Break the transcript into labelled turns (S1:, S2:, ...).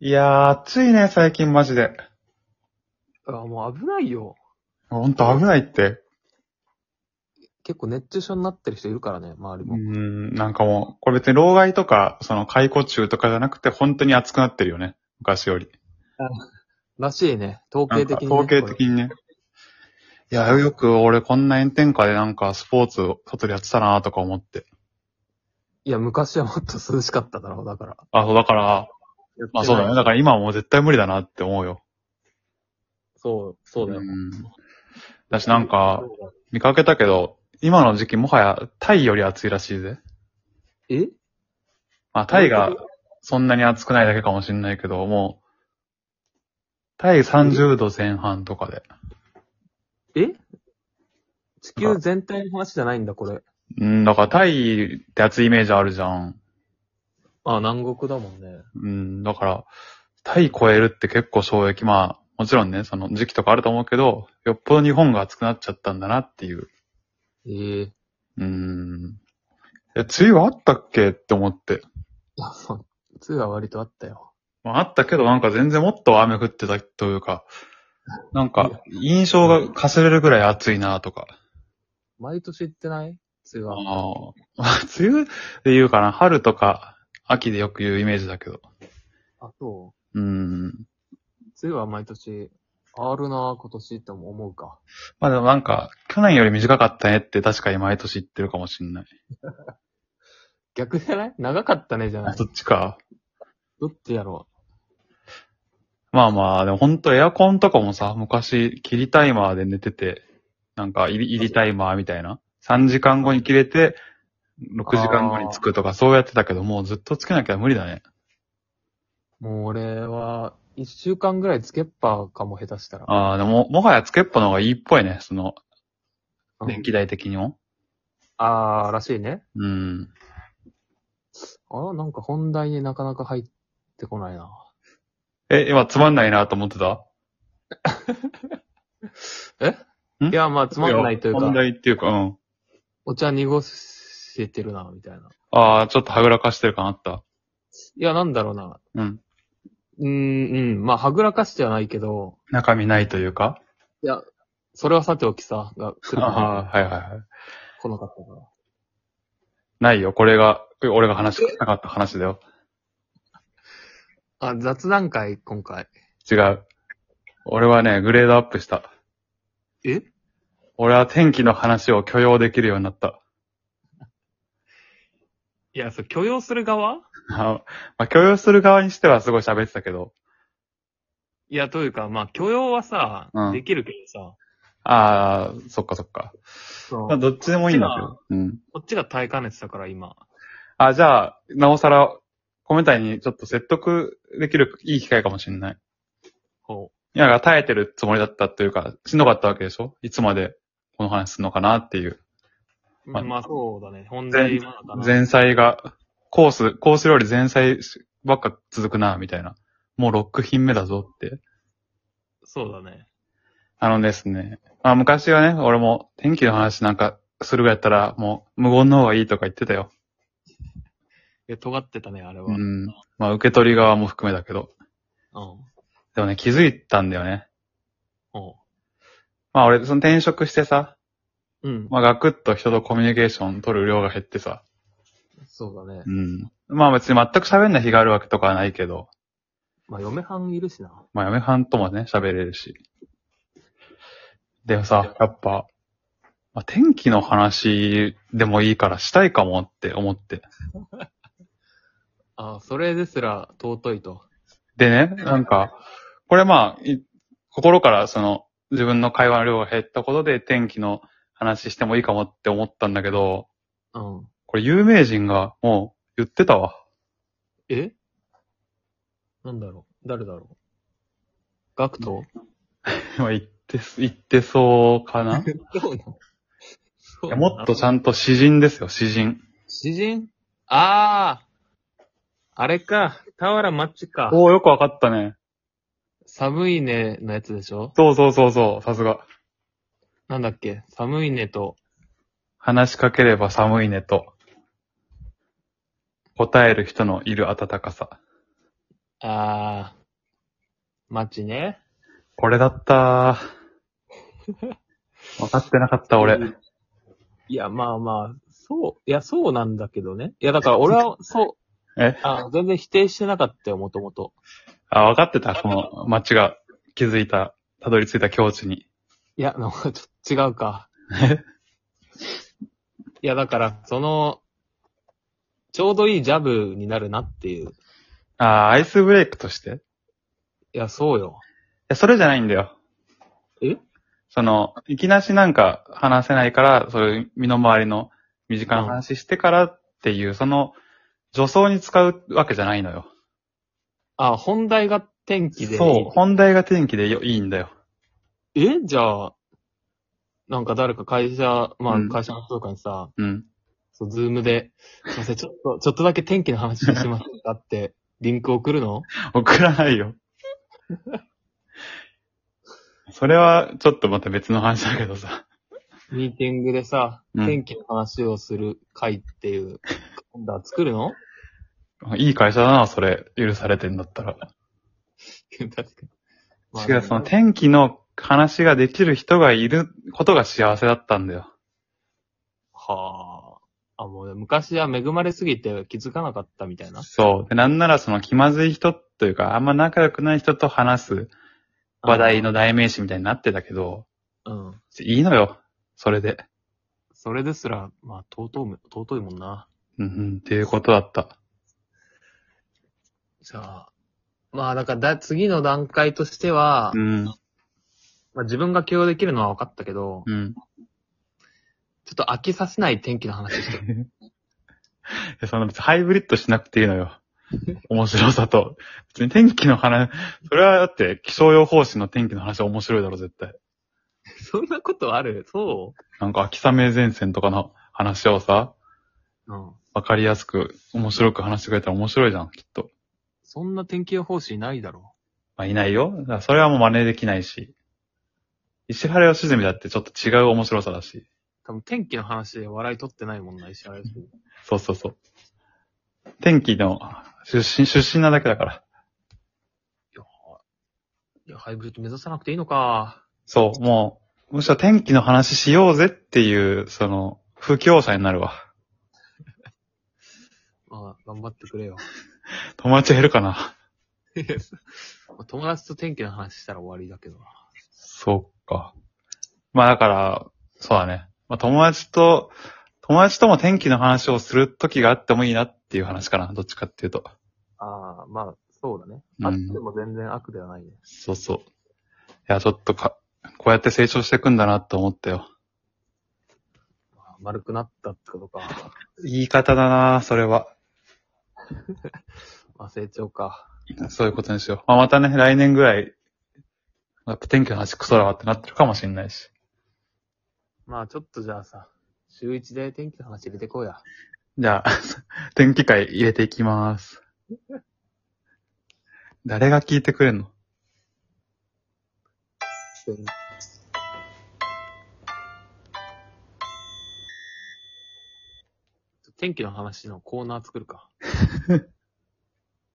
S1: いやー、暑いね、最近マジで。
S2: あ、もう危ないよ。
S1: ほんと危ないって。
S2: 結構熱中症になってる人いるからね、周り
S1: うー
S2: も。
S1: ん、なんかもう、これ別に老害とか、その解雇中とかじゃなくて、本当に暑くなってるよね。昔より。
S2: らしいね。統
S1: な
S2: 計
S1: んか
S2: 的に、ね。
S1: 統計的にね。いや、よく俺こんな炎天下でなんかスポーツ外でやってたなとか思って。
S2: いや、昔はもっと涼しかっただろう、だから。
S1: あ、そうだから、まあそうだね。だから今はもう絶対無理だなって思うよ。
S2: そう、そうだよ。
S1: ん。だしなんか、見かけたけど、今の時期もはやタイより暑いらしいぜ。
S2: え
S1: まあ、タイがそんなに暑くないだけかもしれないけど、もう、タイ30度前半とかで。
S2: え地球全体の話じゃないんだ、これ。
S1: うん、だからタイって暑いイメージあるじゃん。
S2: あ、南国だもんね。
S1: うん、だから、タイ超えるって結構衝撃。まあ、もちろんね、その時期とかあると思うけど、よっぽど日本が暑くなっちゃったんだなっていう。
S2: ええい
S1: うん。え、梅雨はあったっけって思って。
S2: や、そう。梅雨は割とあったよ。
S1: まあ、あったけど、なんか全然もっと雨降ってたというか、なんか、印象がかすれるぐらい暑いなとか。
S2: 毎年行ってない梅雨は。
S1: ああ、 梅雨で言うかな。春とか秋でよく言うイメージだけど。
S2: あ、そう
S1: ーん。
S2: う。梅雨は毎年、あるな、今年っても思うか。
S1: まあでもなんか、去年より短かったねって確かに毎年言ってるかもしんない。
S2: 逆じゃない長かったね、じゃ
S1: あ
S2: ない
S1: そ。っちか。
S2: どっちやろ
S1: まあまあ、でもほんとエアコンとかもさ、昔、切りタイマーで寝てて、なんか入り、入りタイマーみたいな。3時間後に切れて、6時間後に着くとか、そうやってたけど、もうずっとつけなきゃ無理だね。
S2: う。もう俺は、一週間ぐらいつけっぱかも、下手したら。
S1: ああ、でも、もはやつけっぱの方がいいっぽいね、その、
S2: うん
S1: 電気代的にも。
S2: あー、らしいね。
S1: うん。
S2: あー、なんか本題になかなか入ってこないな。
S1: え、今つまんないなと思ってたん
S2: いや、まあ、つまんないというか
S1: 問、題っていうか、うん。
S2: お茶濁せてるな、みたいな。
S1: ああ、ちょっとはぐらかしてる感あった。
S2: いや、なんだろうな。
S1: うん。
S2: うーん、うん。まあ、はぐらかしてはないけど、
S1: 中身ないというか。
S2: いや、それはさておきさ、が来るから
S1: ああ、はいはいはい。
S2: 来なかったから。
S1: ないよ、これが、俺が話したかった話だよ。
S2: あ、雑談会、今回。
S1: 違う。俺はね、グレードアップした。
S2: え
S1: 俺は天気の話を許容できるようになった。
S2: いや、それ許容する側
S1: あのまあ、許容する側にしてはすごい喋ってたけど。
S2: いや、というか、まあ、許容はさ
S1: うんで
S2: きるけど
S1: ああ、そっかそっか。
S2: さ、
S1: まあ、どっちでもいいんだけど。うん。
S2: こっちが耐えかねてたから、今。
S1: あ、じゃあ、なおさら、コメンタリーにちょっと説得できるいい機会かもしれない。
S2: ほ
S1: いや、耐えてるつもりだったというか、しんどかったわけでしょいつまでこの話するのかなっていう。
S2: う。
S1: まあ
S2: まあ、そうだね。本
S1: 前
S2: 題はだな。
S1: 前菜が、コース、コース料理前菜ばっか続くな、みたいな。もう6品目だぞって。
S2: そうだね。
S1: あのですね。まあ昔はね、俺も天気の話なんかするぐらいやったら、もう無言の方がいいとか言ってたよ。
S2: いや、尖ってたね、あれは。
S1: う
S2: う
S1: ん。
S2: ん。
S1: まあ受け取り側も含めだけど。でもね、気づいたんだよね。
S2: ほ
S1: まあ俺、その転職してさ、
S2: ううん。
S1: まあガクッと人とコミュニケーション取る量が減ってさ。
S2: そうだね。
S1: うん。まあ別に全く喋んない日があるわけとかはないけど、
S2: まあ、嫁はんいるしな。
S1: まあ嫁はんともね、喋れるし。でもさ、やっぱ、まあ、天気の話でもいいからしたいかもって思って。
S2: あそれですら尊いと。
S1: でね、なんか、これまあ、い心からその、自分の会話の量が減ったことで天気の話してもいいかもって思ったんだけど、
S2: うん。
S1: これ有名人がもう言ってたわ。
S2: えなんだろう誰だろうガクト
S1: まあ言って、言って そうかない
S2: そうなのそう
S1: や
S2: なの
S1: もっとちゃんと詩人ですよ、詩人。
S2: 詩人あああれか。俵マッチか。
S1: おお、よくわかったね。
S2: 寒いねのやつでしょ
S1: そうそうそうそう、さすが。
S2: なんだっけ寒いねと。
S1: 話しかければ寒いねと。答える人のいる暖かさ。
S2: あー、街ね。
S1: これだった 分かってなかった、俺。
S2: うんいや、まあまあ、そう、いや、そうなんだけどね。いや、だから 俺は、そう。
S1: え
S2: あ全然否定してなかったよ、もともと。
S1: あ、分かってた、この街が気づいた、たどり着いた境地に。
S2: いや、なん かちょっと違うか。 いや、だから、その、ちょうどいいジャブになるなっていう。い
S1: あーアイスブレイクとしてい
S2: や、そうよ。
S1: や、それじゃないんだよ。
S2: え
S1: その、いきなしなんか話せないから、そういう身の回りの身近な話してからっていう、その、助走に使うわけじゃないのよ。
S2: あ、本題が天気でいい。
S1: そう、本題が天気でよいいんだよ。
S2: えじゃあ、なんか誰か会社、ま
S1: うん
S2: あ会社の人とかにさ、
S1: うん。
S2: そう、ズームで、すいません、ちょっと、ちょっとだけ天気の話してますかって、リンク送るの
S1: 送らないよ。それは、ちょっとまた別の話だけどさ。
S2: ミーティングでさ、
S1: うん
S2: 天気の話をする会っていう、今度は作るの
S1: いい会社だな、それ。許されてんだったら。
S2: 確かに。まあ
S1: 違う、その天気の話ができる人がいることが幸せだったんだよ。
S2: はあ。あ、もう昔は恵まれすぎて気づかなかったみたいな。
S1: そう。で、なんならその気まずい人というか、あんま仲良くない人と話す話題の代名詞みたいになってたけど、
S2: うん。うん。
S1: いいのよ。それで。
S2: それですら、まあ、尊む、尊いもんな。
S1: うんうん、っていうことだった。
S2: じゃあ、まあ、だからだ、次の段階としては、
S1: うん。
S2: まあ、自分が許容できるのは分かったけど、
S1: うん。
S2: ちょっと飽きさせない天気の話して。
S1: でその別にハイブリッドしなくていいのよ。面白さと。別に天気の話、それはだって気象予報士の天気の話は面白いだろ、絶対。
S2: そんなことあるそ
S1: なんか秋雨前線とかの話をさ、
S2: ううん。
S1: わかりやすく、面白く話してくれたら面白いじゃん、きっと。
S2: そんな天気予報士いないだろ
S1: まあ、いないよ。だからそれはもう真似できないし。石原良純だってちょっと違う面白さだし。
S2: う。多分天気の話で笑い取ってないもんな、石原良純
S1: そうそうそう。天気の出身、出身なだけだから。
S2: いや、ハイブリッド目指さなくていいのか。
S1: そう、もう、むしろ天気の話しようぜっていう、その、不況者になるわ。
S2: まあ、頑張ってくれよ。
S1: 友達減るかな。
S2: 友達と天気の話したら終わりだけどな。
S1: そうか。まあだから、そうだね。まあ友達と、友達とも天気の話をする時があってもいいなっていう話かな。どっちかっていうと。
S2: ああ、まあ、そうだね。
S1: うん
S2: あっても全然悪ではないね。
S1: そうそう。いや、ちょっとか、こうやって成長していくんだなって思ったよ。
S2: あ丸くなったってことか。
S1: 言い方だなそれは。
S2: まあ、成長か。
S1: そういうことにしよう。まあ、またね、来年ぐらい、やっぱ天気の話クソだわってなってるかもしれないし。
S2: まあ、ちょっとじゃあさ、週一で天気の話入れてこうや。
S1: じゃあ、 天気会入れていきます。誰が聞いてくれんの
S2: 天気の話のコーナー作るか。